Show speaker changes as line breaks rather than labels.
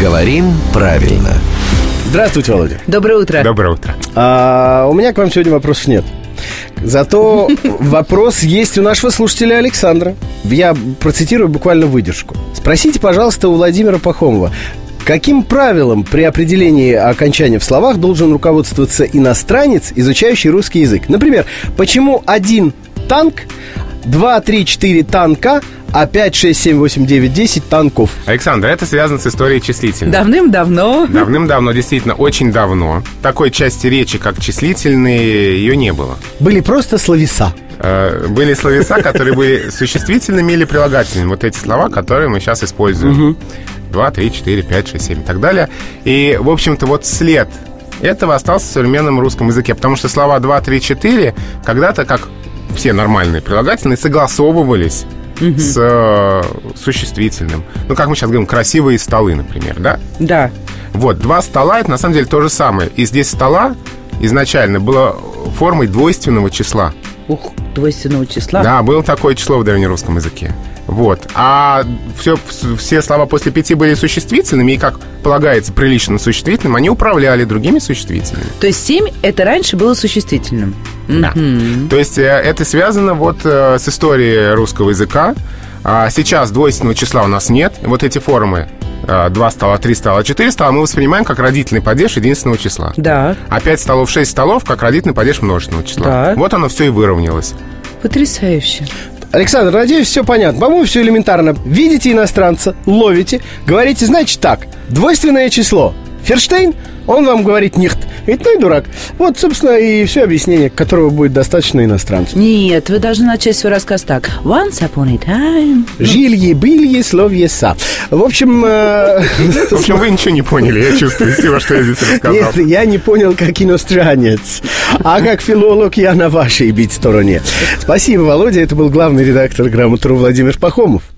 Говорим правильно.
Здравствуйте, Володя.
Доброе утро.
Доброе утро.
А, у меня к вам сегодня вопросов нет. Зато вопрос есть у нашего слушателя Александра. Я процитирую буквально выдержку. Спросите, пожалуйста, у Владимира Пахомова, каким правилом при определении окончания в словах должен руководствоваться иностранец, изучающий русский язык? Например, почему один танк, два, три, четыре танка, а пять, шесть, семь, восемь, девять, десять танков?
Александр, это связано с историей числительных.
Давным-давно.
Давным-давно, действительно, очень давно, такой части речи, как числительные, ее не было.
Были просто словеса.
Э, Были словеса, которые были существительными или прилагательными. Вот эти слова, которые мы сейчас используем. 2, 3, 4, 5, 6, 7 и так далее. И, в общем-то, вот след этого остался в современном русском языке. Потому что слова 2, 3, 4 когда-то, как все нормальные прилагательные, согласовывались с э, существительным. Ну, как мы сейчас говорим, красивые столы, например, да?
Да.
Вот, два стола это на самом деле то же самое. И здесь стола изначально было формой двойственного числа.
Ух, двойственного числа.
Да, было такое число в древнерусском языке. Вот. А все, все слова после пяти были существительными, и, как полагается, прилично существительным, они управляли другими существительными.
То есть 7 это раньше было существительным.
Да. То есть э, это связано вот э, с историей русского языка. А Сейчас двойственного числа у нас нет. Вот эти формы 2 стола, 3 стола, 4 стола мы воспринимаем как родительный падеж единственного числа.
Да.
А 5 столов, 6 столов как родительный падеж множественного числа.
Да.
Вот оно все и выровнялось.
Потрясающе.
Александр, надеюсь, все понятно. По-моему, все элементарно. Видите иностранца, ловите, говорите, значит так, двойственное число. Ферштейн, он вам говорит нихт. Ведь ну и дурак. Вот, собственно, и все объяснение, которого будет достаточно иностранцу.
Нет, вы должны начать свой рассказ так. Once upon a time.
Жилье, билье, словье, са. В общем, э,
В общем, вы ничего не поняли, я чувствую, из всего, что я здесь рассказал.
нет, я не понял, как иностранец. А как филолог я на вашей бить стороне. Спасибо, Володя. Это был главный редактор «Грамотру» Владимир Пахомов.